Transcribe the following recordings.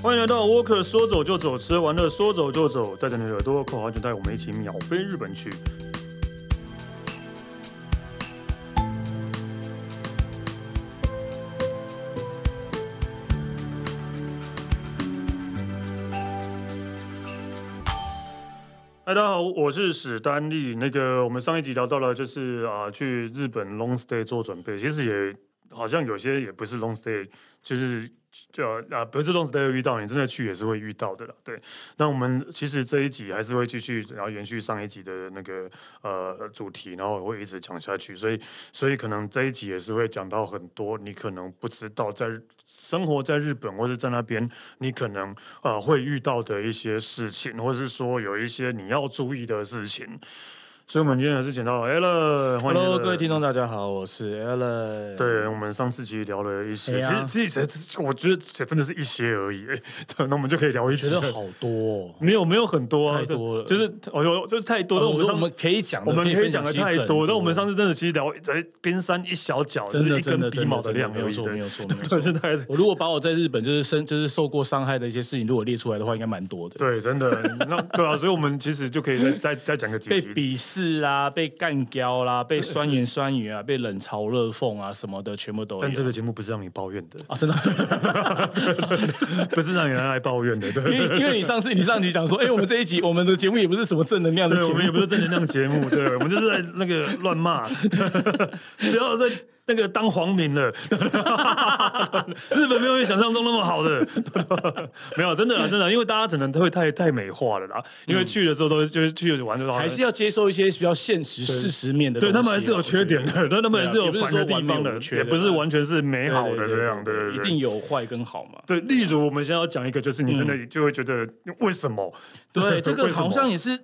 欢迎来到 Walker，说走就走，吃完了说走就走，带着你的耳朵扣好安全带，我们一起秒飞日本去。嗨，大家好，我是史丹利。那个，我们上一集聊到了，就是啊、去日本 long stay 做准备，其实也好像有些也不是 long stay，就是呃啊，不是 long stay 会遇到，你真的去也是会遇到的啦。对，那我们其实这一集还是会继续，然后延续上一集的那个呃主题，然后我会一直讲下去，所以所以可能这一集也是会讲到很多你可能不知道在生活在日本或是在那边，你可能呃会遇到的一些事情，或是说有一些你要注意的事情。所以，我们今天还是请到 Alan，欢迎 Hello， Alan 各位听众，大家好，我是 Alan。对，我们上次其实聊了一些，哎呀其实其实才我觉得才真的是一些而已，哎 那我们就可以聊一觉集得了。好多、哦，没有没有很多啊，太多了呃就就是我我就是太多。但我我们说我上们可以讲的，我们可以讲的分享太其实多，很但我们上次真的其实聊在冰山一小角，就真是的一真根的鼻真毛的的真的量没而有已。错，没对有错， 没有对，错。现在还是我如果把我在日本就是身就是受过伤害的一些事情，如果列出来的话，应该蛮多的。对，真的，那对啊，所以我们其实就可以再再 再讲个几被集。鄙视啊，被干 掉啦、被酸言酸语啊，被冷嘲热讽啊什么的，全部都有。但这个节目不是让你抱 怨的，啊，真的， 不是让你拿来抱怨的，因对。为因为你上次你上集讲说，哎、我们这一集我们的节目也不是什么正能量的对，节我目们也，不是正能量节目，对，我们就是在那个乱骂， 不要再那个当皇民了。 日本没有你想象中那么好的， 没有，真的啦啊真的啦，因为大家可能都会太太美化了啦，因为去的时候都就是去玩的时候还是要接受一些比较现实事实面的东对西啊。他们还是有我觉缺得点的，但他们还是有对啊烦的地也不是方说完的美无，缺也的不是完全是美好的这样，对对一对。定有坏跟好 嘛。对，例如我们现在要讲一个，就是你真的就会觉得嗯为什么？对，这个为什么好像也是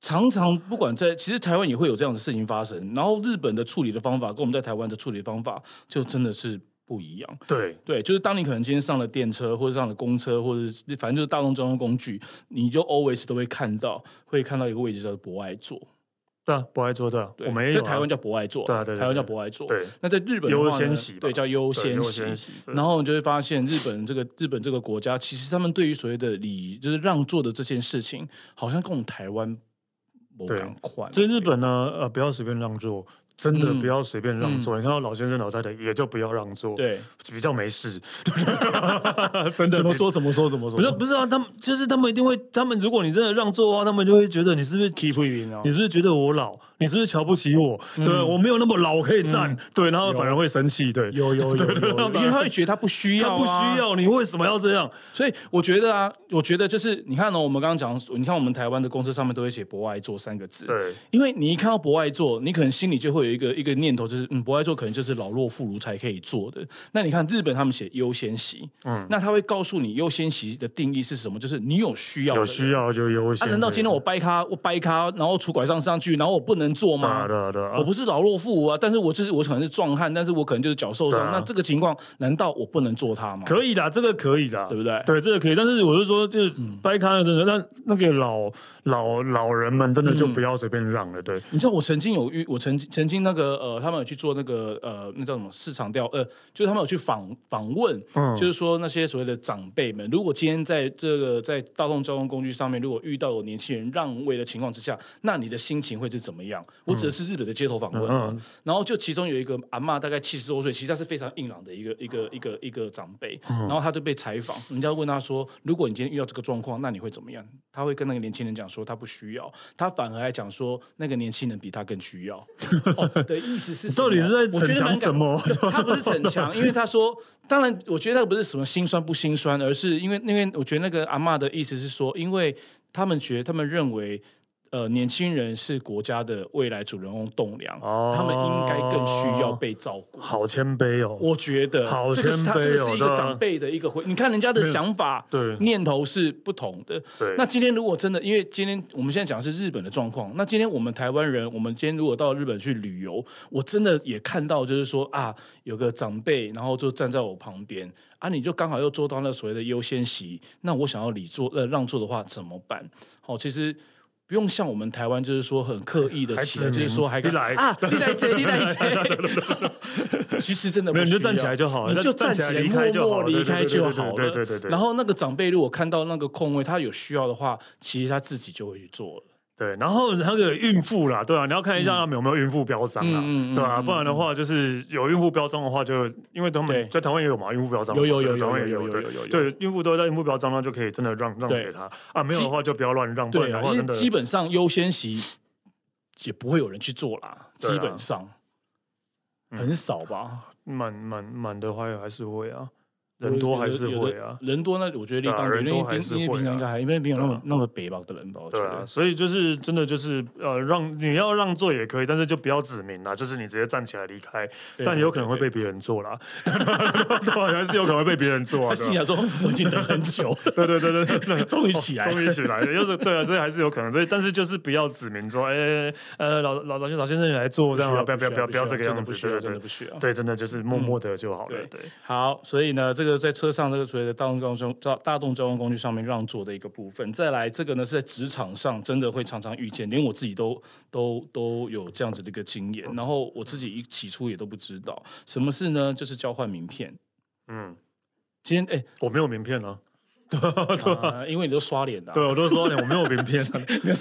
常常不管在，其实台湾也会有这样的事情发生。然后日本的处理的方法跟我们在台湾的处理方法就真的是不一样。对对，就是当你可能今天上了电车，或者上了公车，或者是反正就是大众交通工具，你就 always 都会看到，会看到一个位置叫做博爱座。对啊，不爱做的，对，我们也在有啊台湾叫博爱座，对啊对对对台湾叫博爱座。对那在日本的话呢优先席吧对，叫优对先优席先。席，对然后你就会发现，日本这个日本这个国家，其实他们对于所谓的礼仪，就是让座的这件事情，好像跟我们台湾某对赶快。所以日本呢，呃，不要随便让座，真的嗯不要随便让座。你看到老先生、老太太也就不要让座，，对，比较没事，真的怎么比？说怎么说怎么说，不是不是啊，他们就是他们一定会，他们如果你真的让座的话，他们就会觉得你是不是 keep 云啊你，是不是觉得我老？你是不是瞧不起我？对啊我没有那么老可以站，对，然后反而会生气，对，有 有有有，有因为他会觉得他不需要、他啊，不需要，你为什么要这样？所以我觉得啊，我觉得就是你看呢、我们刚刚讲，你看我们台湾的公司上面都会写“博爱座”三个字，对，因为你一看到博爱座，你可能心里就会有一个一个念头，就是嗯，博爱座可能就是老弱妇孺才可以坐的。那你看日本他们写优先席，嗯，那他会告诉你优先席的定义是什么，就是你有需要的有人需要就优啊？先。难道今天我掰咖，我掰咖，然后拄拐杖上去，然后我不能坐对啊吗？对啊对啊我不是老弱妇孺啊，但是我就是我可能是壮汉，但是我可能就是脚受伤。对啊那这个情况，难道我不能坐他吗？可以的，这个可以的，对不对嗯对，这个可以。但是我是说，就是掰开了真的，那那个老老老人们真的就不要随便让了，对。你知道我曾经有遇，我曾经曾经那个呃，他们有去做那个呃，那叫什么市场调呃，就是他们有去访访问，嗯就是说那些所谓的长辈们，如果今天在这个在大众交通工具上面，如果遇到有年轻人让位的情况之下，那你的心情会是怎么样？我指的是日本的街头访问啊，嗯嗯然后就其中有一个阿嬷，大概七十多岁，其实她是非常硬朗的一个一个一个一个长辈，嗯然后她就被采访，人家问她说，如果你今天遇到这个状况，那你会怎么样？她会跟那个年轻人讲说，她不需要，她反而还讲说，那个年轻人比她更需要。哦、的意思是什 么，到底是在我觉逞得蛮强感什么？ 他不是逞强，因为他说，当然，我觉得那个不是什么心酸不心酸，而是因为，因为我觉得那个阿嬷的意思是说，因为他们觉得，他们认为，呃，年轻人是国家的未来主人翁栋梁，哦他们应该更需要被照 顾。好谦卑哦，我觉得，好这个是他谦卑哦这个是一对啊个长辈的一个回，你看人家的想法、对念头是不同的。对那今天如果真的，因为今天我们现在讲的是日本的状况，那今天我们台湾人，我们今天如果到日本去旅游，我真的也看到，就是说啊，有个长辈，然后就站在我旁边啊，你就刚好又坐到那所谓的优先席，那我想要礼座呃让座的话怎么办？好、其实不用像我们台湾，就是说很刻意的哎还起来，指就是说还你敢来啊，你来接，你来接。其实真的不没有你就需要站起来就好了你就站站起起来来离开就好默了默离对开对就对对好了。对对对对然后那个长辈如果看到那个空位，他有需要的话，其实他自己就会去做了。对，然后那个孕妇啦，对啊，你要看一下他们有没有孕妇标章啦，嗯嗯嗯嗯对啊，嗯不然的话就是有孕妇标章的话就，因为他对们在台湾也有嘛，孕妇标章嘛有有有对台湾有也有有对有有有对，孕妇都在孕妇标章那就可以真的让让对给他啊，没有的话就不要乱让，不对然的啊，话因真为的基本上优先席也不会有人去做啦，对啊基本上很少吧。满满满的话还是会啊，人多还是有的会有的啊，人多那我觉得立对啊当局，人因多为还是因为会平常啊应该还因为没有那对么啊那么北吧的人吧，我觉对得啊，。所以就是真的就是呃，让你要让座也可以，但是就不要指名啦，就是你直接站起来离开，对但也有可能会被别人做啦， 对，啊还是有可能会被别人做啊他，对心吧想说：“我已经等很久了，对对对对对， 哦终于起来了终于起来了，就是对啊，所以还是有可能，所以但是就是不要指名说，哎呃老老老先老先生你来做这样啊，不要不要不要不要这个样子，不需要对真对的对不需要。嗯对，真的就是默默的就好了对，对，好，所以呢，这个在车上这个所谓的大众交通交大众交通工具上面让座的一个部分。再来，这个呢是在职场上真的会常常遇见，连我自己都都都有这样子的一个经验。然后我自己一起初也都不知道什么事呢，就是交换名片。嗯，今天哎、我没有名片啊， 啊因为你都刷脸的、啊，对，我都说了我没有名片啊，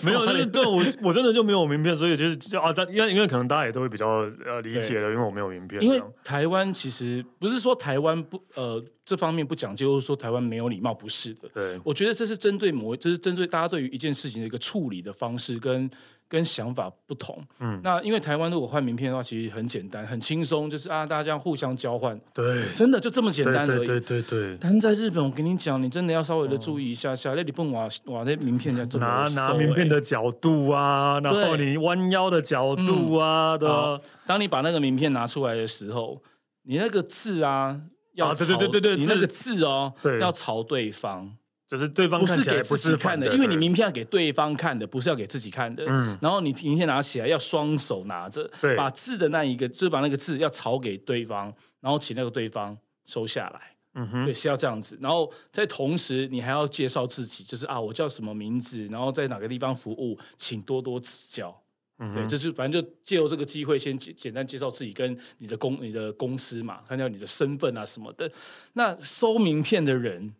没有，就是对我我真的就没有名片，所以就是就啊，但因为因为可能大家也都会比较呃理解了，因为我没有名片，因这为样台湾其实不是说台湾不呃这方面不讲究，就是说台湾没有礼貌，不是的。对我觉得这是针对某，这是针对大家对于一件事情的一个处理的方式跟跟想法不同。嗯，那因为台湾如果换名片的话，其实很简单，很轻松，就是啊，大家这样互相交换，对真的就这么简单而对已。对对对对。但是在日本，我跟你讲，你真的要稍微的注意一下下。那你问我，我那名片人家这么拿拿收名片欸。的角度啊，然后对嗯你弯腰的角度啊，对啊好，当你把那个名片拿出来的时候，你那个字啊，要啊对朝对对对对你那字个字哦，对要朝对方。就是对方不看是起来给不是自己反看的，的，因为你对名片要给对方看的，不是要给自己看的。嗯然后你名片拿起来要双手拿着对，把字的那一个，就是把那个字要朝给对方，然后请那个对方收下来。嗯哼，对，是要这样子。然后在同时，你还要介绍自己，就是啊，我叫什么名字，然后在哪个地方服务，请多多指教。嗯对，哼，就是反正就借由这个机会，先简简单介绍自己跟你的公你的公司嘛，看到你的身份啊什么的。那收名片的人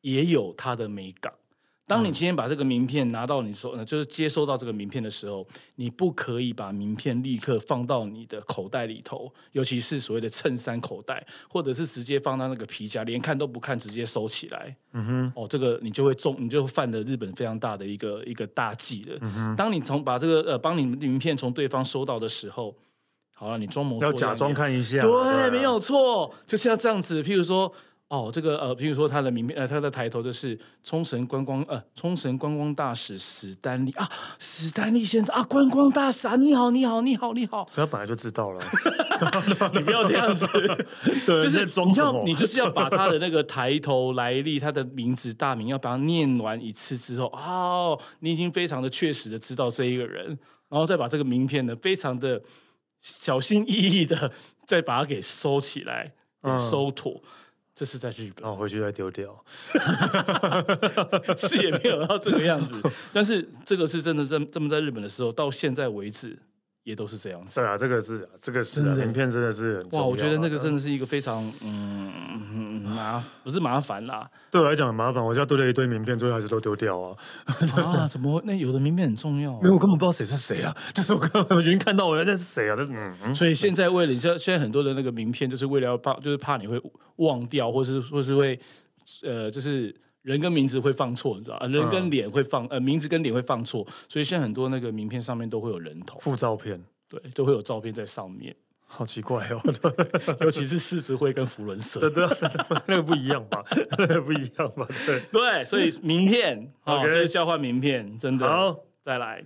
也有他的美感。当嗯你今天把这个名片拿到你手，呃就是接收到这个名片的时候，你不可以把名片立刻放到你的口袋里头，尤其是所谓的衬衫口袋，或者是直接放到那个皮夹，连看都不看，直接收起来。嗯哦，这个你就会中，你就犯了日本非常大的一个一个大忌了。嗯当你从把这个呃，帮你名片从对方收到的时候，好了，你装模作要样假也装看一下，对，啊没有错，就像这样子。譬如说，哦，这个呃，譬如说他的名片，呃，他的抬头就是冲绳观光呃，冲绳观光大使史丹利啊，史丹利先生啊，观光大使啊，你好，你好，你好，你好，可他本来就知道了， 你不要这样子， 对，就你是在装你什要么？你就是要把他 的那个抬头来历、他的名字、大名，要把它念完一次之后，哦，你已经非常的确实的知道这一个人，然后再把这个名片呢，非常的小心翼翼的再把它给收起来、给嗯哦收妥。这是在日然后回去再丢掉，本， 是也没有到这个样 子，但是这个是真的这这么在日本的时候，到现在为止也都是这样子对。啊，这个是这个是啊真的名片真的是很重哇，要啊我觉得那个真的是一个非常嗯嗯麻不是麻烦啦，对我来讲很麻烦，我家堆了一堆名片，最后还是都丢掉啊，啊，怎么会那有的名片很重要、啊没有，我根本不知道谁是谁啊， 就是我根本已经看到我那是谁啊，但是嗯嗯，所以现在为了你知道，现在很多的那个名片，就是为了要怕，就是怕你会忘掉，或是或是会呃，就是人跟名字会放错，你知道，呃人嗯跟脸会放、呃，名字跟脸会放错，所以现在很多那个名片上面都会有人头，附照片，对，都会有照片在上面， 好奇怪 哦，尤其是狮子会跟 福伦社对，对对，对 那个不一样吧，那个不一样吧，对，对，所以名片啊， OK 这是交换名片，真的。好，再来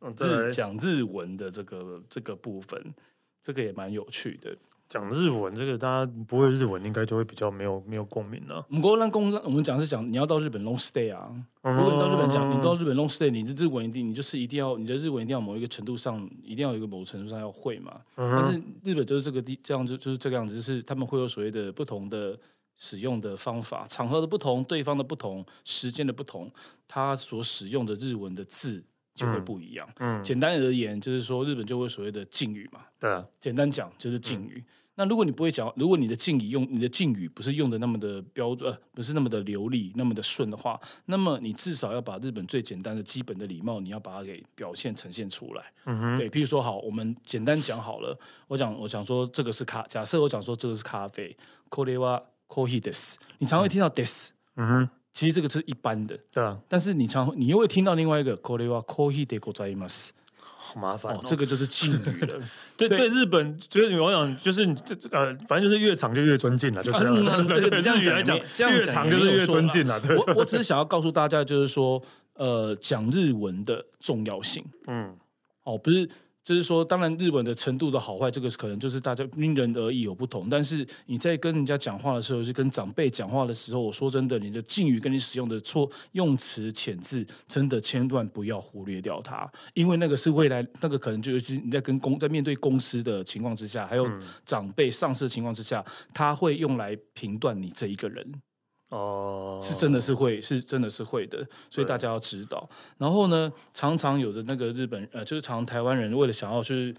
嗯再来日讲日文的这个这个部分，这个也蛮有趣的。讲日文，这个大家不会日文，应该就会比较没有没有共鸣啊了、我们国让公，我们讲是讲你要到日本 long stay 啊。嗯如果你到日本讲，你到日本 long stay，你的日文一定，你就是一定要，你的日文一定要某一个程度上，一定要有一个某程度上要会嘛。嗯但是日本就是这个地，这样就就是这个样子，就是他们会有所谓的不同的使用的方法，场合的不同，对方的不同，时间的不同，他所使用的日文的字就会不一样。嗯，简单而言，就是说日本就会所谓的敬语嘛，对啊，简单讲就是敬嗯语。那如果你不会讲，如果你的敬语用你的敬语不是用的那么的标准，呃，不是那么的流利，那么的顺的话，那么你至少要把日本最简单的基本的礼貌，你要把它给表现呈现出来。嗯哼，对，譬如说，好，我们简单讲好了，我讲我讲说这个是咖，假设我讲说这个是咖啡，これはコーヒーです。你常会听到 this，、嗯哼，其实这个是一般的，对啊，但是你常你又会听到另外一个これはコーヒーでございます。好麻烦、哦，这个就是敬语了。对对对，日本就是我想，就是你这这呃，反正就是越长就越尊敬了，啊就这样。嗯对对对，对这样日语来讲讲也这，样越讲长也就是没有越错尊啦敬了。对，我我只是想要告诉大家，就是说，呃，讲日文的重要性嗯哦，不是，就是说，当然日文的程度的好坏，这个可能就是大家因人而异有不同。但是你在跟人家讲话的时候，是跟长辈讲话的时候，我说真的，你的敬语跟你使用的错用词遣字，真的千万不要忽略掉它，因为那个是未来那个可能就是你在跟公在面对公司的情况之下，还有长辈上司的情况之下，他会用来评断你这一个人。哦，是真的是会，是真的是会的，所以大家要知道。然后呢，常常有的那个日本呃，就是常常台湾人为了想要去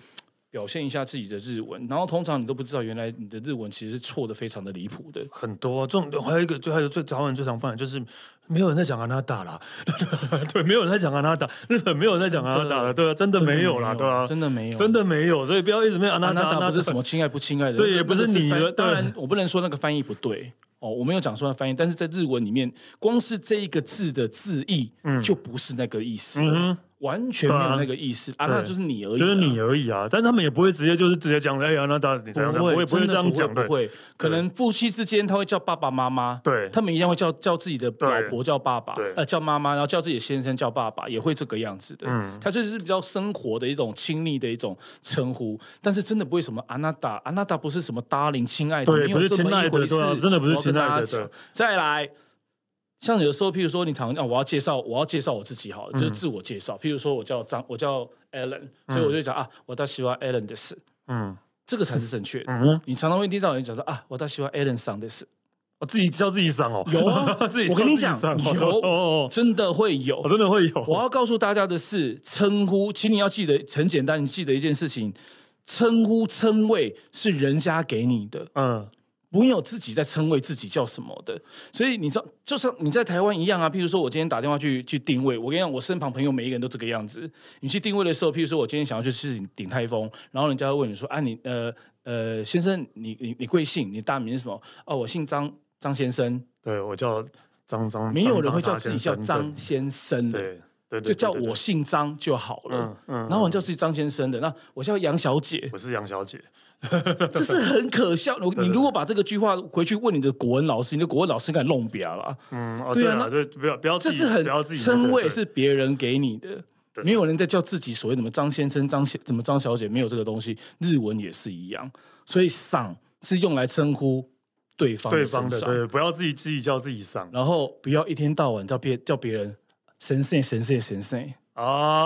表现一下自己的日文，然后通常你都不知道，原来你的日文其实是错的非常的离谱的。很多、啊。这种还有一个，最还有最台湾人最常犯的就是没有人在讲阿纳达啦，对，没有人在讲阿纳达，日本没有人在讲阿纳达了，对啊，真的没有啦，对啊，真的没有，真。的啊没有，所以不要一直没有阿纳那达，那阿那纳不是达什么亲爱不亲爱的，对那也不是那个你翻的当对然，我不能说那个翻译不对哦，我没有讲说那翻译，但是在日文里面，光是这一个字的字义，就不是那个意思了，完全没嗯对有啊那个意思啊，对那就是你而已，就是你而已啊，但他们也不会直接就是直接讲，哎，阿纳达你怎样怎不样，会，我也不会真这的样讲，不会对不，会。可能夫妻之间他会叫爸爸妈妈，对他们一样会叫叫自己的老婆叫爸爸对，呃叫妈妈，然后叫自己的先生叫爸爸，也会这个样子的。嗯他就是比较生活的一种亲昵的一种称呼，但是真的不会什么阿娜达，阿娜达不是什么 darling 亲爱的，对没有不是这么亲爱的一回事对啊真的不是我要跟亲爱的大家讲对再来。像有时候，譬如说，你常啊，我要介绍，我要介绍我自己好了，嗯就是自我介绍。譬如说，我叫张，我叫 Alan，所以我就讲、啊，我倒喜欢 Alan 的事，嗯这个才是正确的。嗯，你常常会听到人讲说啊，我倒喜欢 Alan 上的是，我自己叫自己赏哦，有啊自己我跟你叫自己讲赏哦有哦哦，真的会有我。真的会有，我要告诉大家的是，称呼，请你要记得很简单，你记得一件事情，称呼称谓是人家给你的，嗯。不用自己在称谓自己叫什么的。所以你知道，就像你在台湾一样啊。譬如说，我今天打电话去去定位，我跟你讲，我身旁朋友每一个人都这个样子。你去定位的时候，譬如说我今天想要去吃鼎泰丰，然后人家会问你说：“啊，你呃呃，先生，你你你贵姓？你大名是什么？哦，我姓张，张先生。对，我叫张张，没有人张会张叫自己叫张，先生的，对对对，对就叫对我对姓张就好嗯了。嗯，然后我叫自己张先生的，那我叫杨小 姐，我是杨小姐，这是很可笑。我对你如果把这个句话回去问你的国文老师，你的国文老师应该弄表了。嗯，哦对对啊啊，那这不要不要这自己，是很不要自己那个称谓对是别人给你的，对没有人在叫自己所谓什么张先生、张先怎么张小姐，没有这个东西。日文也是一样，所以赏是用来称呼对方对身方的，上，对，不要自己自己叫自己上然后不要一天到晚叫别叫别人神圣神圣神圣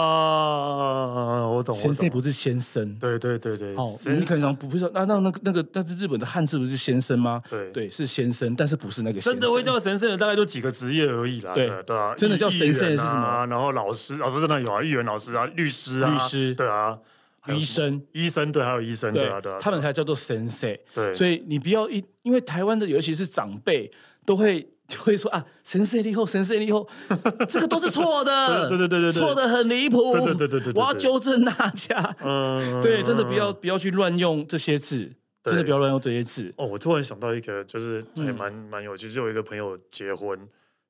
啊，我懂，我神圣懂，不是先生。对对对对，哦，谁你可能不不是啊那那那个那个，但是日本的汉字不是先生吗？对对，是先生，但是不是那个先真生的会叫神圣的大概就几个职业而已啦，对对啊，真的叫议神圣的是议员什啊么？然后老师，老师真的有啊，议员老师啊，律师啊，律师对啊，还有医什么生，医生对，还有医生对啊对啊，他们才叫做神圣。对，所以你不要一，因为台湾的尤其是长辈都会 就会说啊，神圣力后，神圣力后， 这个都是错的，对对对对对错的很离谱，对对对对对对我要纠正大家，嗯，对，真的不要不要去乱用这些字，对真的不要乱用这些字，哦，我突然想到一个，就是还嗯蛮蛮、有趣，就有一个朋友结婚，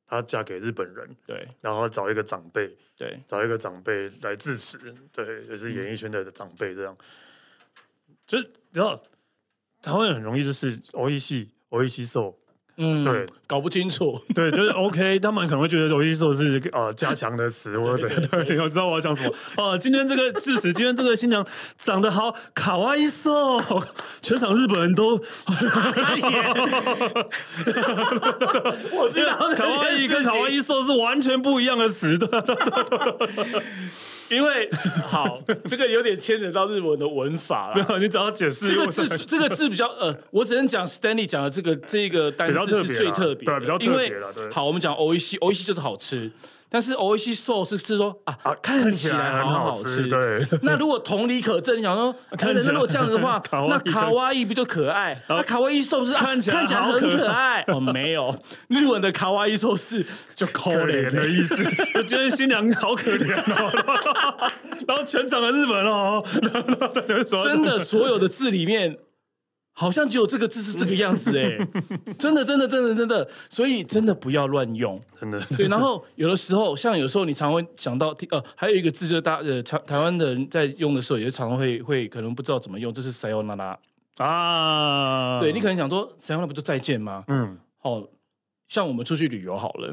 她嫁给日本人，对然后找一个长辈，对，找一个长辈来致辞，对，就是演艺圈的长辈这样。就是你知道，台湾人很容易就是欧一系、欧一系受，嗯，对，搞不清楚，对，就是 OK，他 们可能会觉得柔一兽 是呃加强的词或者怎样，对，你知道我要讲什么？哦，今天这个致辞，今天这个新娘长得好卡哇伊兽，全场日本人 都，我知 道 这件事情卡哇伊跟卡哇伊兽是完全不一样的词的，因为 好，这个有点牵扯到日文的文法没了。 有，你只要解释这个我字，这个字比较呃，我只能讲 Stanley 讲的这个这个单比较字特别是啦最特别的，对比较特因为别啦对好，我们讲 O E C，O E C 就是好吃，但是 o i c 寿是是说啊，啊，看起起来来很好好吃。对， 那如果同理可证，你想 说，哎看起来，那如果这样子的话卡哇伊那卡哇伊不就可爱？那卡哇伊寿司啊看起来看起来好很可可爱。哦，没有，日文的卡哇伊寿司就抠可脸怜的意思。我 觉得新娘好可怜哦，然后全场的日本 哦，真的所有的字里面，好像只有这个字是这个样子 哎、真的真的真的真的，所以真的不要乱用。真的对，然后有的时候，像有时候你常会想到，呃，还有一个字就是大呃台台湾的人在用的时候，也是常常会会可能不知道怎么用，就是 sayonara。啊，对你可能想说 sayonara 不就再见吗？嗯，哦，像我们出去旅游好了，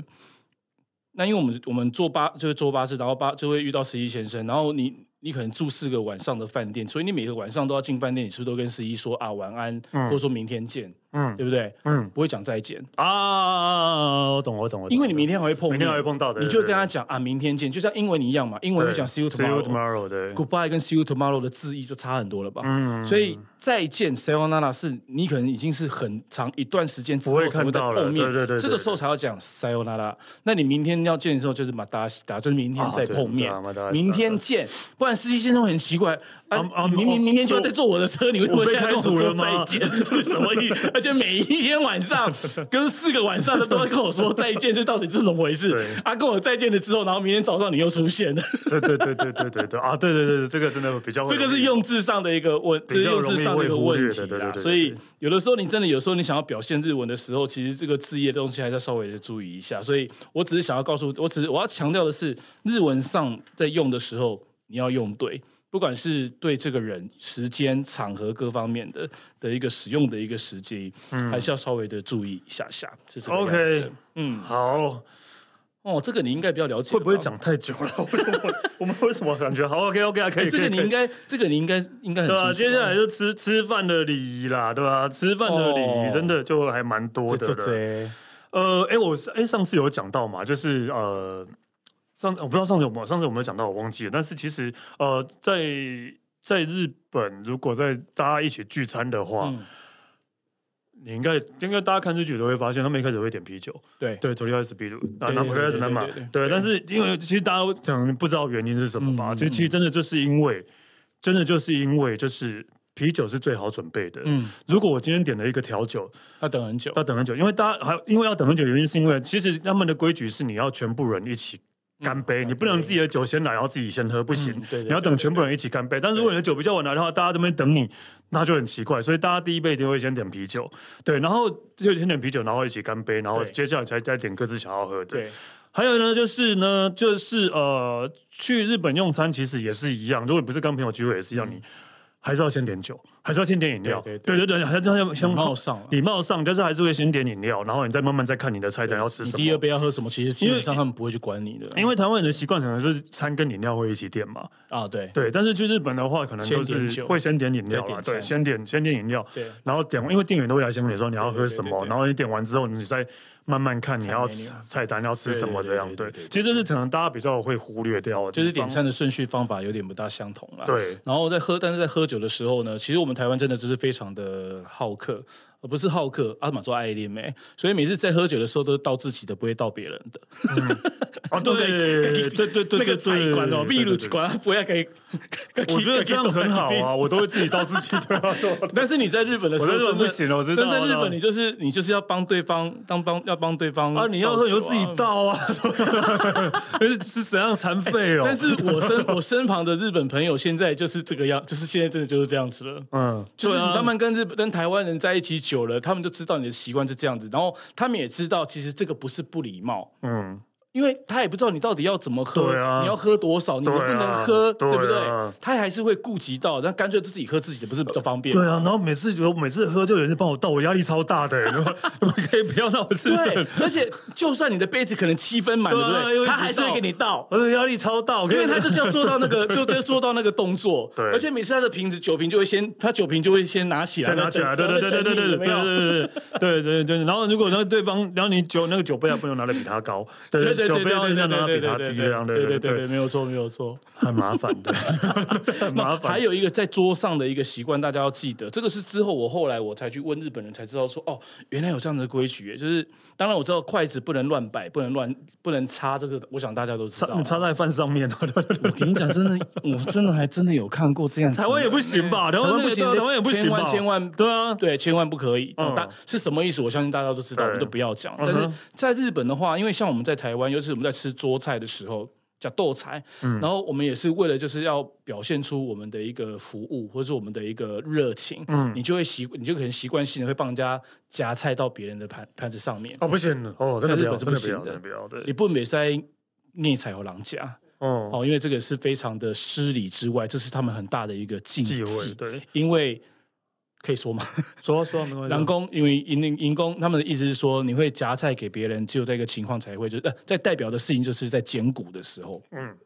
那因为我们我们坐巴就是坐巴士，然后巴就会遇到十一先生，然后你你可能住四个晚上的饭店，所以你每个晚上都要进饭店，你是不是都跟十一说啊晚安，或者说明天见，嗯对不对？嗯不会讲再见，啊，我懂，我懂，我懂。因为你明天还会碰面，明天还会碰到的，你就跟他讲啊明天见，就像英文一样嘛，英文就讲 see you See you tomorrow。 tomorrow，对， Goodbye 跟 See you tomorrow 的字义就差很多了吧？嗯所以再见 Sayonara 是你可能已经是很长一段时间之不后会才看会再到了碰面，对对对对这个时候才要讲 Sayonara。那你明天要见的时候就是马达西达，就是明天再碰面，啊对对啊明天见。不然司机先生很奇怪，啊啊，啊你明我明明天就要再坐我的车，你为什么我被现在跟我开除了说吗再见？ 这是什么意思？而且每一天晚上跟四个晚上的都在跟我说再见，这到底是怎么回事对？啊，跟我再见了之后，然后明天早上你又出现了。对对对对对对对啊，对对对对，这个真的比较会这个是用字上的一个问，这比是较用字上的一个容易会忽问题略的对对对啦。对所以有的时候你真的有时候你想要表现日文的时候，其实这个字业的东西还是要稍微的注意一下。所以我只是想要告诉，我只是我要强调的是，日文上在用的时候你要用对。不管是对这个人、时间、场合各方面的的一个使用的一个时机，还是要稍微的注意一下下，是这个样子的嗯 OK，嗯，好，哦，这个你应该比较了解吧，会不会讲太久 了？我我我们为什么感觉好？OK OK 可以，哎这可个以你可以应该，这个你应该应该很对啊，清楚接下来就吃吃饭的礼仪啦，对吧、吃饭的礼哦仪真的就还蛮多的这了。这呃，哎、我哎、诶上次有讲到嘛，就是呃，上我不知道上次有没有上次有没有讲到，我忘记了。但是其实呃，在在日本，如果在大家一起聚餐的话，嗯你应该应该大家看日剧都会发现，他们一开始会点啤酒，对对，头一开始啤酒，啊，对那对头一开始那嘛对对，对。但是因为其实大家可能不知道原因是什么吧，嗯其实其实真的就是因为，真的就是因为就是啤酒是最好准备的。嗯，如果我今天点了一个调酒，要等很久。要等很久，因为大家还因为要等很久，原因是因为其实他们的规矩是你要全部人一起干杯，你不能自己的酒先来，然后自己先喝，不行。嗯对对你要等全部人一起干杯。但是如果你的酒比较晚来的话，大家这边等你，那就很奇怪。所以大家第一杯一定会先点啤酒，对，然后就先点啤酒，然后一起干杯，然后对接下来才再点各自想要喝的。对，还有呢，就是呢，就是呃，去日本用餐其实也是一样，如果你不是跟朋友聚会，也是一样，嗯你还是要先点酒，还是要先点饮料，对对对对对，还是要先礼貌上啊礼貌上就是还是会先点饮料，然后你再慢慢再看你的菜单要吃你什第二么。杯要喝什么，其实基因为本上他们不会去管你的。因为台湾人的习惯可能是餐跟饮料会一起点嘛，啊，对对，但是去日本的话，可能就先点是酒会先点饮料再啦，点对，餐先点先点饮料，对然后点，因为店员都会来先问你说你要喝什对对么，对然后你点完之后，你再慢慢看你要 menu 吃菜单要吃什么对对这对样，对对对对，对其实这是可能大家比较会忽略掉的地方，就是点餐的顺序方法有点不大相同啦。。对，然后在喝，但是在喝酒的时候呢，其实我们台湾真的就是非常的好客，而不是好客，阿玛做爱恋妹，所以每次在喝酒的时候都是倒自己的，不会倒别人 的。啊，对对对对 对，那个菜馆哦，对秘鲁对对馆他不要给， 我觉得这样很好啊，我都会自己啊倒自己 的。但是你在日本的时我候在日真本的不行我知道但在日我知道本，你就是你就是要帮对方，当帮要帮对方啊，你要喝你酒就啊自己倒啊，是 是怎样残废哦？但是我身我身旁的日本朋友现在就是这个样，就是现在真的就是这样子了。嗯，就是对啊你慢慢跟日本、跟台湾人在一起久了，他们就知道你的习惯是这样子，然后他们也知道其实这个不是不礼貌，嗯，因为他也不知道你到底要怎么喝，对啊你要喝多少，你能对啊不能喝，对啊不对？他还是会顾及到，那干脆自己喝自己的，不是比较方便？对啊，然后每次我每次喝就有人帮我倒，我压力超大的， 你们你们可以不要让我吃对，而且就算你的杯子可能七分满，对对啊不因为对？他还是知道会给你倒。我的压力超大，我跟因为你他就是要做到 那个，就是做到那个动作。对而且每次他的瓶子酒瓶就会先，他酒瓶就会先拿起来，再拿起来，对然后对对再对对对等你对有没对有对对对对对。然后如果那对方，然后你酒那个酒杯啊，不能拿的比他高，对对对酒对杯对要对尽对量让它对比它对低对这样，对对对对，没有错没有错。很麻烦的，很麻烦。还有一个在桌上的一个习惯，大家要记得，这个是之后我后来我才去问日本人才知道说，哦，原来有这样的规矩，就是当然我知道筷子不能乱摆，不能乱不能插这个，我想大家都知 插道你。插在饭上面，我跟你讲，真的，我真的还真的有看 过这样，台湾也不行吧？台湾这个对啊台湾也不行千吧？万千万对啊， 对，千万不可以。嗯嗯、大是什么意思？我相信大家都知道，对我们就不要讲。嗯但哼是在日本的话，因为像我们在台湾，尤其是我们在吃桌菜的时候。叫豆菜，嗯然后我们也是为了就是要表现出我们的一个服务或者是我们的一个热情，嗯，你就会习你就可能习惯性的会帮人家夹菜到别人的盘盘子上面，哦，不行了，哦，真的不要，在真日本是不的不行要，的真的不要，对你，不美塞逆彩和狼夹哦，哦，因为这个是非常的失礼之外，这是他们很大的一个禁忌忌，讳，对，因为可以说吗？说啊说啊没关系啊，南宫，因为银银工他们的意思是说，你会夹菜给别人，只有在一个情况才会，就是呃，在代表的事情就是在捡骨的时候，嗯嗯，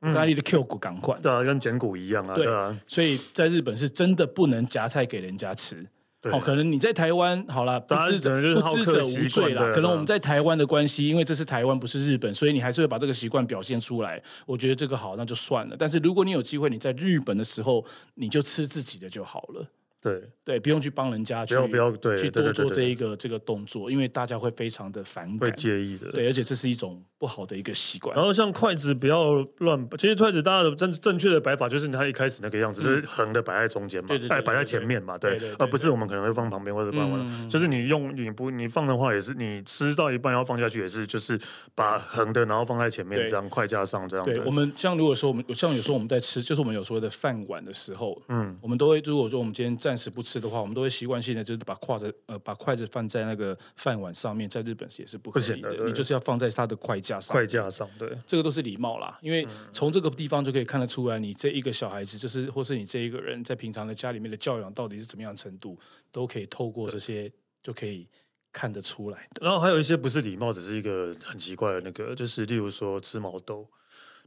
嗯大家的 Q 骨赶快，对啊，跟剪骨一样啊，对对啊，所以在日本是真的不能夹菜给人家吃。对哦，可能你在台湾好了，不大家知可能者就是不好知客者习无惯罪对啦。啊可能我们在台湾的关系，因为这是台湾，不是日本，所以你还是会把这个习惯表现出来。我觉得这个好，那就算了。但是如果你有机会你在日本的时候，你就吃自己的就好了。对，对，不用去帮人家去不要不要对去对对对多做对这一个这个动作，因为大家会非常的反会哦感，介意的，对，而且这是一种不好的一个习惯然。后像筷子不要乱，其实筷子大家的正正确的摆法就是它一开始那个样子，就是横的摆在中间嘛嗯对对，对哎，对摆在前面嘛，对对对对，嗯而不是我们可能会放旁边或者放完，就是你用你不你放的话也是，你吃到一半要放下去也是，就是把横的然后放在前面对这样，筷架上这样，对我们像如果说我们像有时候我们在吃，就是我们有所谓的饭碗的时候，嗯，我们都会如果说我们今天暂时不吃的话，我们都会习惯性的就是把筷子呃把筷子放在那个饭碗上面，在日本是也是不可不行以的的，对你就是要放在它的筷架上。筷架上，对，这个都是礼貌啦，因嗯为从这个地方就可以看得出来，你这一个小孩子，就是或是你这一个人在平常的家里面的教养到底是怎么样的程度，都可以透过这些就可以看得出来的。然后还有一些不是礼貌，只是一个很奇怪的那个，就是例如说吃毛豆，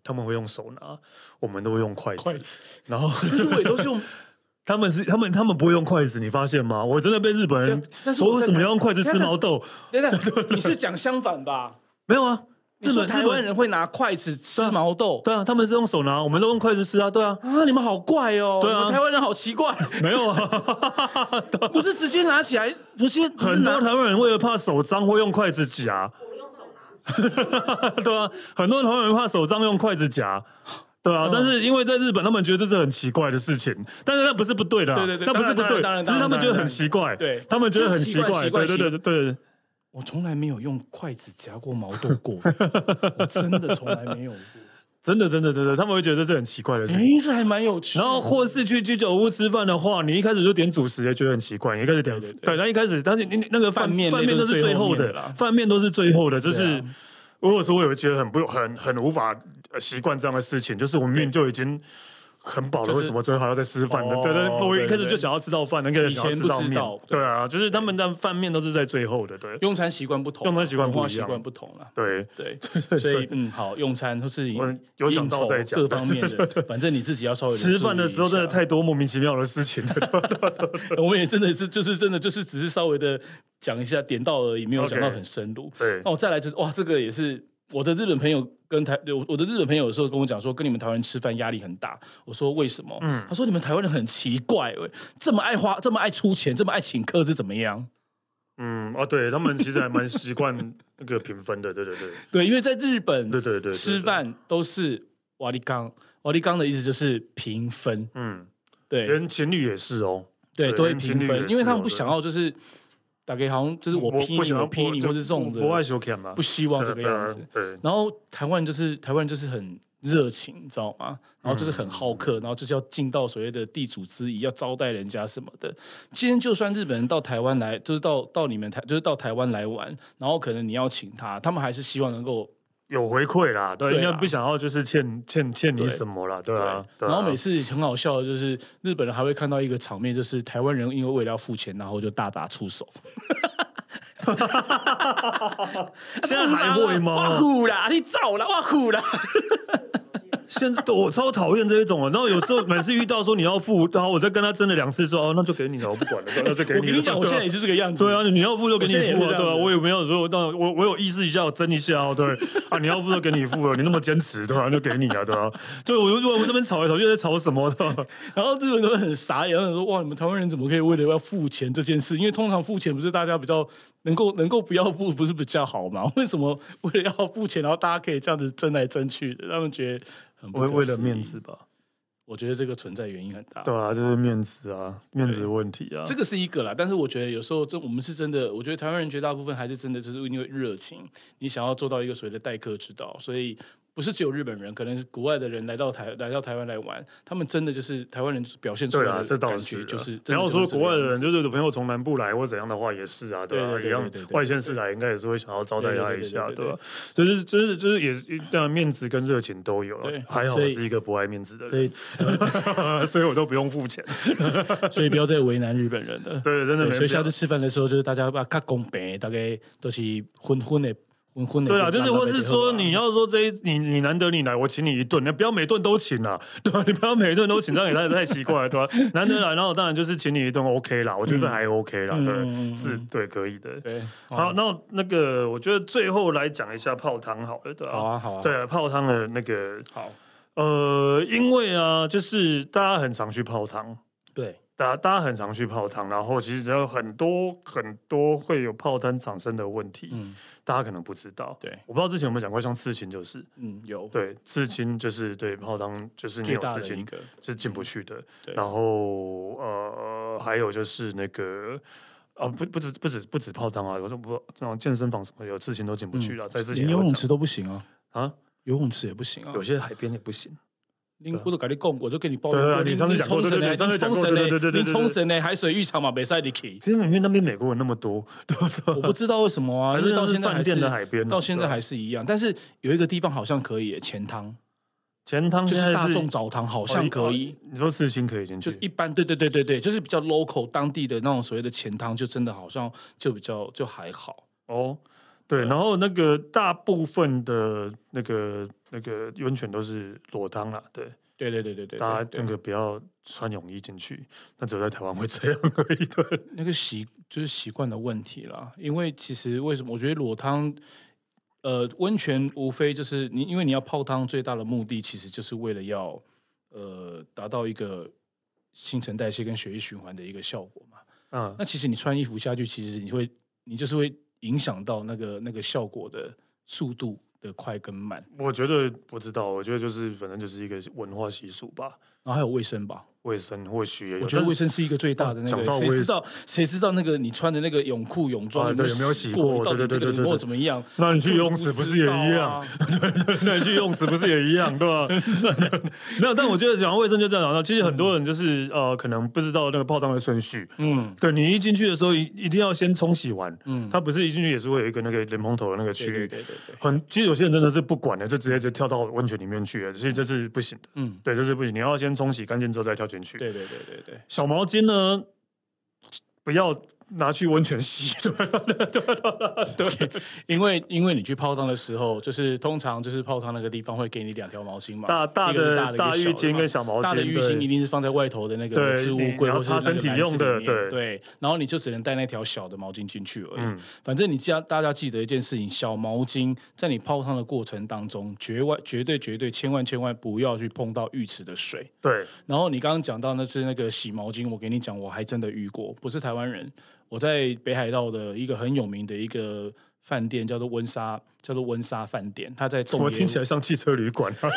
他们会用手拿，我们都会用筷子，筷子然后 但是我也都是用，他们是他们他们不会用筷子，你发现吗？我真的被日本人对 但是说我为在什么台要用筷子吃毛豆？等等，你是讲相 反吧？没有啊，你日说本台日湾本人会拿筷子吃毛豆对啊，他们是用手拿，我们都用筷子吃啊，对啊，啊？你们好怪哦！对啊你们台湾人好奇怪，没有啊， 不是直接拿起来，不是不是很多拿台湾人为了怕手脏会用筷子夹， 对啊，很多台湾人怕手脏用筷子夹。对哦啊，但是因为在日本，他们觉得这是很奇怪的事情，但是那不是不对的啊，对对对那不是当然不对当，然只当是然他们觉得当然很奇怪，对他们觉得很奇就是怪，习对惯对习惯对对对，我从来没有用筷子夹过毛豆过，我真的从来没有过。真的真的真的，他们会觉得这是很奇怪的 事情。哎，这还蛮有趣的。然后或是去居酒屋吃饭的话，你一开始就点主食也觉得很奇怪，你一开始点对对对，那一开始，但是你你那个饭饭面饭面都那个是是最最后后面的的啦饭面都是最后的，就对是啊如果说我有觉得很不很很无法呃习惯这样的事情，就是我明明就已经。很饱了，就是为什么最后还要再吃饭呢？哦对对，我一对开始对就想要吃到饭，那个人以想要前吃不到知面道，对啊，就是他们的饭面都是在最后的，对用餐习惯不同，啊用餐习惯不一样文化习惯不同了。对对，所以嗯，好，用餐或是你我有想到再讲应酬各方面的，反正你自己要稍微吃饭的时候真的注意一太多莫名其妙的事情 了，下，我们也真的是就是真的就是只是稍微的讲一下点到而已，没有讲到很深入。对那我再来就是哇，这个也是我的日本朋友跟台我我的日本朋友有时候跟我讲说，跟你们台湾人吃饭压力很大。我说为什么？嗯他说你们台湾人很奇怪、喂，这么爱花，这么爱出钱，这么爱请客是怎么样？嗯啊，对他们其实还蛮习惯那个评分的，对对对对，因为在日本，对对对对，吃对饭都是瓦力刚，瓦力刚的意思就是平分，嗯，对连情侣也是哦。对，对都会连情平侣也分，是因为他们哦不对想要就是打给好像就是我不批你，想我要批你，就或是这种不不爱的，修砍吧，不希望这个样子。对。啊对，然后台湾就是台湾就是很热情，你知道吗？然后就是很好嗯客，然后就是要尽到所谓的地主之谊，要招待人家什么的。今天就算日本人到台湾来，就是到到你们台，就是到台湾来玩，然后可能你要请他，他们还是希望能够有回馈啦，对，对因啊为不想要就是欠 欠欠你对什么啦，对对啊。对啊然后每次很好笑的就是，日本人还会看到一个场面，就是台湾人因为为了要付钱，然后就大打 出手。现在还会吗哎哇？苦啦，你走啦，哇苦啦！现在我超讨厌这一种啊。然后有时候每次遇到说你要付，然后我再跟他争了两次说哦，那就给你了，我不管了， 那就给我你了。跟你讲，我对啊现在也是这个样子。对啊，你要付就给你我现在也是付这啊，样对啊，子我也没有说，那我我有意识一下，我争一下哦，对 啊，你要付就给你付了，你那么坚持，对吧、就给你啊，对吧、就我就我们这边吵来吵去在吵什么啊的，然后日本人很傻眼，然后说：“哇，你们台湾人怎么可以为了要付钱这件事？因为通常付钱不是大家比较能够能够不要付，不是比较好吗？ 为什么为了要付钱，然后大家可以这样子争来争去的？他们觉得很不为可为了思议面子，吧，我觉得这个存在原因很大。对啊，就是面子啊，面子问题啊，这个是一个啦，但是我觉得有时候这我们是真的，我觉得台湾人绝大部分还是真的就是因为热情，你想要做到一个所谓的待客之道，所以不是只有日本人，可能是国外的人来到台来到台湾来玩，他们真的就是台湾人表现出对来啊的，这倒感是觉啊。就是。你要说国外的人，就就是有朋友从南部来或怎样的话，也是啊，对对啊，对对一样对对对外县市来，应该也是会想要招待他一下，对对对对对吧？就是就是就是也是，当然面子跟热情都有了对。还好所我以是一个不爱面子的所人，以 所以我都不用付钱。所以不要再为难日本人了。 对，真的对，没所必以下要次。吃饭的时候，就是大家把卡公平，大概都是混混的混混的。对 啊，就是或是说你。你要说这一你你难得你来，我请你一顿，你不要每顿都请啊，对吧、你不要每顿都请，这样也太太奇怪了，对吧、啊难得来，然后当然就是请你一顿 OK 啦，我觉得这还 OK 啦，嗯嗯嗯对，嗯哦是对可以的。对，好，那那个呃我觉得最后来讲一下泡汤好了，对吧、好啊，好啊，对，泡汤的那个好，呃，因为啊，就是大家很常去泡汤。对，大大家很常去泡汤，然后其实有很多很多会有泡汤产生的问题，嗯大家可能不知道。对我不知道之前有没有讲过，像刺青就是，嗯，有对，刺青就是对泡汤，就是你最有大刺的一青个，嗯是进不去的。对然后呃，还有就是那个。啊，不不止不止不止泡汤啊！我说不，那种健身房什么有刺青都进不去了，在之前连也有嗯游泳讲池都不行啊，啊，游泳池也不行啊有。些海边也不行。你我都跟你讲过，就跟你报对啊过，你上次讲过冲绳对对对呢，你上次讲过冲绳呢对对对对对。你冲绳呢，海水浴场嘛，没赛你 去其实因为那边美国人那么多，我不知道为什么啊，还因是为到那是现在饭还店的是海边啊，到现在对啊还是一样。但是有一个地方好像可以耶，钱汤钱汤就现在是是大众澡堂，好像可以。哦。你说刺青可以进去，就是一般，对对对对对，就是比较 local 当地的那种所谓的钱汤，就真的好像就比较就还好。哦，对，然后那个大部分的那个那个温泉都是裸汤啦，对，对对对对对，大家对那个不要穿泳衣进去，那只有在台湾会 这样而已对，那个习就是习惯的问题啦，因为其实为什么我觉得裸汤，呃，温泉无非就是你，因为你要泡汤，最大的目的其实就是为了要呃达到一个新陈代谢跟血液循环的一个效果嘛。嗯，那其实你穿衣服下去，其实你会你就是会影响到那个那个效果的速度的快跟慢，我觉得不知道，我觉得就是反正就是一个文化习俗吧，然后还有卫生吧。卫生或许也有，我觉得但卫生是一个最大的那讲个，到谁卫知生道谁知道那个你穿的那个泳裤泳装啊有对有没有洗洗过到底对对这个对对有没对有怎么样？那 你去游就泳池不是也一知道样啊？？ 那你去游泳池不是也一样，对吧？没有，但我觉得讲到卫生就这样讲到，其实很多人就是呃，可能不知道那个泡汤的顺序，嗯对你一进去的时候，一一定要先冲洗完。嗯，它不是一进去也是会有一个那个莲蓬头的那个区对对域，对对对，很其实有些人真的是不管的，就直接就跳到温泉里面去了，所以这是不行的。嗯，对，这是不行，你要先冲洗干净之后再跳进去。对对对对对，小毛巾呢，不要拿去温泉洗。 对因为因为你去泡汤的时候，就是通常就是泡汤那个地方会给你两条毛巾嘛，大大一个是的大大的一浴个巾嘛跟小毛巾，大的浴巾对一定是放在外头的那个对置物你你柜或要者是擦那个身体篮子用里的面对对，然后你就只能带那条小的毛巾进去而已。嗯反正你家大家记得一件事情，小毛巾在你泡汤的过程当中，绝外绝对绝对千万千万不要去碰到浴池的水。对，然后你刚刚讲到那是那个洗毛巾，我给你讲，我还真的遇过，不是台湾人，我在北海道的一个很有名的一个饭店叫做温莎，叫做温莎饭店，它在怎洞么爷听起来像汽车旅馆啊？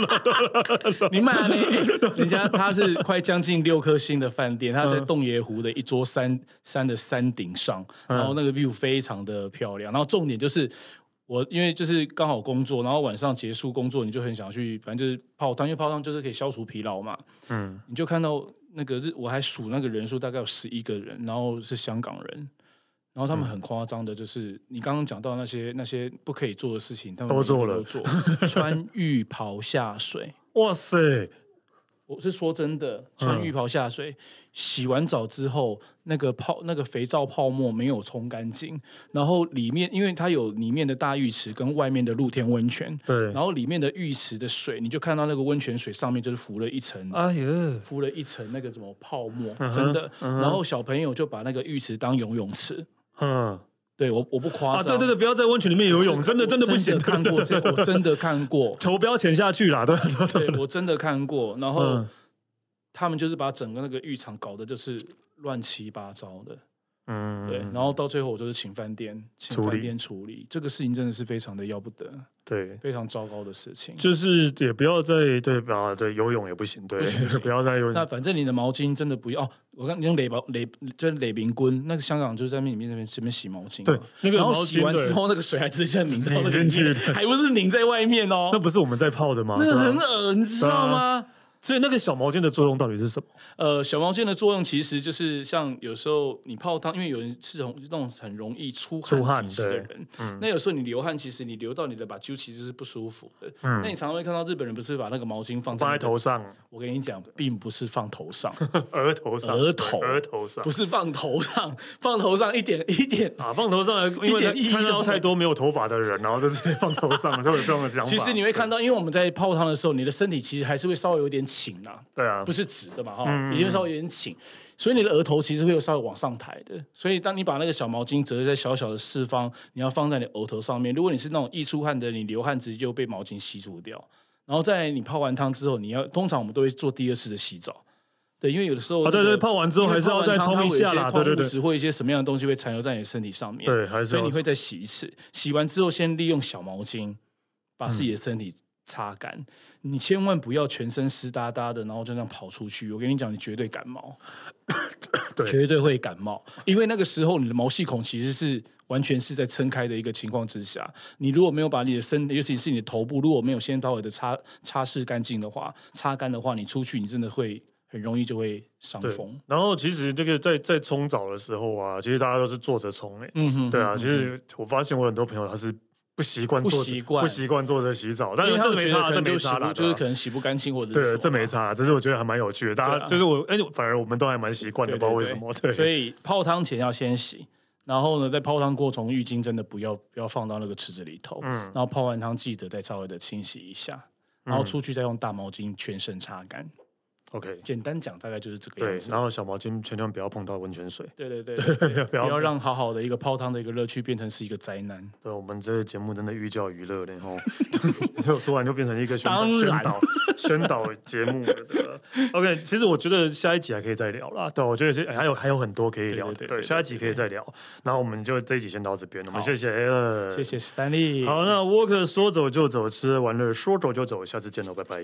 你买了没、欸人家他是快将近六颗星的饭店，他在洞爷湖的一座山山的山顶上，然后那个 view 非常的漂亮。然后重点就是我因为就是刚好工作，然后晚上结束工作，你就很想去，反正就是泡汤，因为泡汤就是可以消除疲劳嘛。嗯，你就看到那个日，我还数那个人数大概有十一个人，然后是香港人。然后他们很夸张的，就是你刚刚讲到那些那些不可以做的事情，他们 都做都了做，穿浴袍下水，哇塞！我是说真嗯的，穿浴袍下水，洗完澡之后，那个泡那个肥皂泡沫没有冲干净，然后里面因为它有里面的大浴池跟外面的露天温泉，对然，后里面的浴池的水，你就看到那个温泉水上面就是浮了一层哎呀，敷了一层那个什么泡沫，嗯真的。然后小朋友就把那个浴池当游泳池，嗯对我我不夸啊，张，对对对，不要在温泉里面游泳，真的真的不行，我，看过这，我真的看过投标潜下去啦，对对对，对我真的看过。然后嗯他们就是把整个那个浴场搞得就是乱七八糟的，嗯，对。然后到最后我就是请饭店，请处理饭店处理这个事情，真的是非常的要不得，对，非常糟糕的事情。就是也不要再对啊，对游泳也不行，对不行不，行不要再游那泳，反正你的毛巾真的不要哦，我刚你用垒毛垒就是垒冰棍，那个香港就是在那里面那边随便洗毛巾嘛，对那个然后毛洗巾完对之后那个水还直接拧到那拧个进去里 面还不是拧在外面哦，那不是我们在泡的吗？那对很吧恶，你知道吗？所以那个小毛巾的作用到底是什么？呃，小毛巾的作用其实就是像有时候你泡汤，因为有人是那种那种很容易出出汗汗体质的对嗯人，那有时候你流汗，其实你流到你的把揪其实是不舒服的。那你常常会看到日本人不是把那个毛巾放嗯放那在个头？上，我跟你讲，并不是放头 上，额头上，额头额头上不，是放头上， 放头上一点一点。啊，放头上来，因为一点意义他看都到没太多没有头发的人，然后就直接放头上，就有这种想法。其实你会看到，因为我们在泡汤的时候，你的身体其实还是会稍微有点倾啊，对啊嗯不，是直的嘛哈，也会稍微有点倾，所以你的额头其实会有稍微往上抬的。所以当你把那个小毛巾折在小小的四方，你要放在你额头上面。如果你是那种易出汗的，你流汗直接就被毛巾吸住掉。然后在你泡完汤之后，你要通常我们都会做第二次的洗澡，对，因为有的时候、啊，对对，泡完之后还是要再冲一下啦，对对对，只会有一些什么样的东西会残留在你的身体上面，对，还是所以要你会再洗一次，洗完之后先利用小毛巾把自己嗯的身体擦干，你千万不要全身湿哒哒的，然后就这样跑出去。我跟你讲，你绝对感冒， 对绝对会感冒，因为那个时候你的毛细孔其实是。完全是在撑开的一个情况之下，你如果没有把你的身，尤其是你的头部，如果没有先稍微的擦擦拭干净的话，擦干的话，你出去你真的会很容易就会伤对风。。然后其实这个在在冲澡的时候啊，其实大家都是坐着冲诶，嗯哼，对啊，其实我发现我很多朋友他是不习惯不坐着习惯不习惯坐着洗澡，但因是为他这们没觉得差，可这能没就洗差啦，不就是对啊可能洗不干净或者是什对，么这没差，只是我觉得还蛮有趣的，大对家啊就是我，哎，反而我们都还蛮习惯的，对不对知道为对什么，对，所以泡汤前要先洗，然后呢，在泡汤过程中浴巾真的不要不要放到那个池子里头，嗯然后泡完汤记得再稍微的清洗一下，嗯然后出去再用大毛巾全身擦干。 OK，简单讲，大概就是这个对样，子然。后小毛巾千万不要碰到温泉水， 对对对对对不不要要让好好的一个泡汤的一个乐趣变成是一个灾难。对，我们这个节目真的寓教于乐然后 就突然就变成一个宣导当宣然导宣导节目了。对吧 OK，其实我觉得下一集还可以再聊啦。对，我觉得是哎还有还有很多可以聊的。对对对对下一集可以再聊。然后我们就这一集先到这边，我们谢谢 a l 谢。谢 Stanley。好，那 Walker 说走就走，吃完了说走就走，下次见喽，拜拜。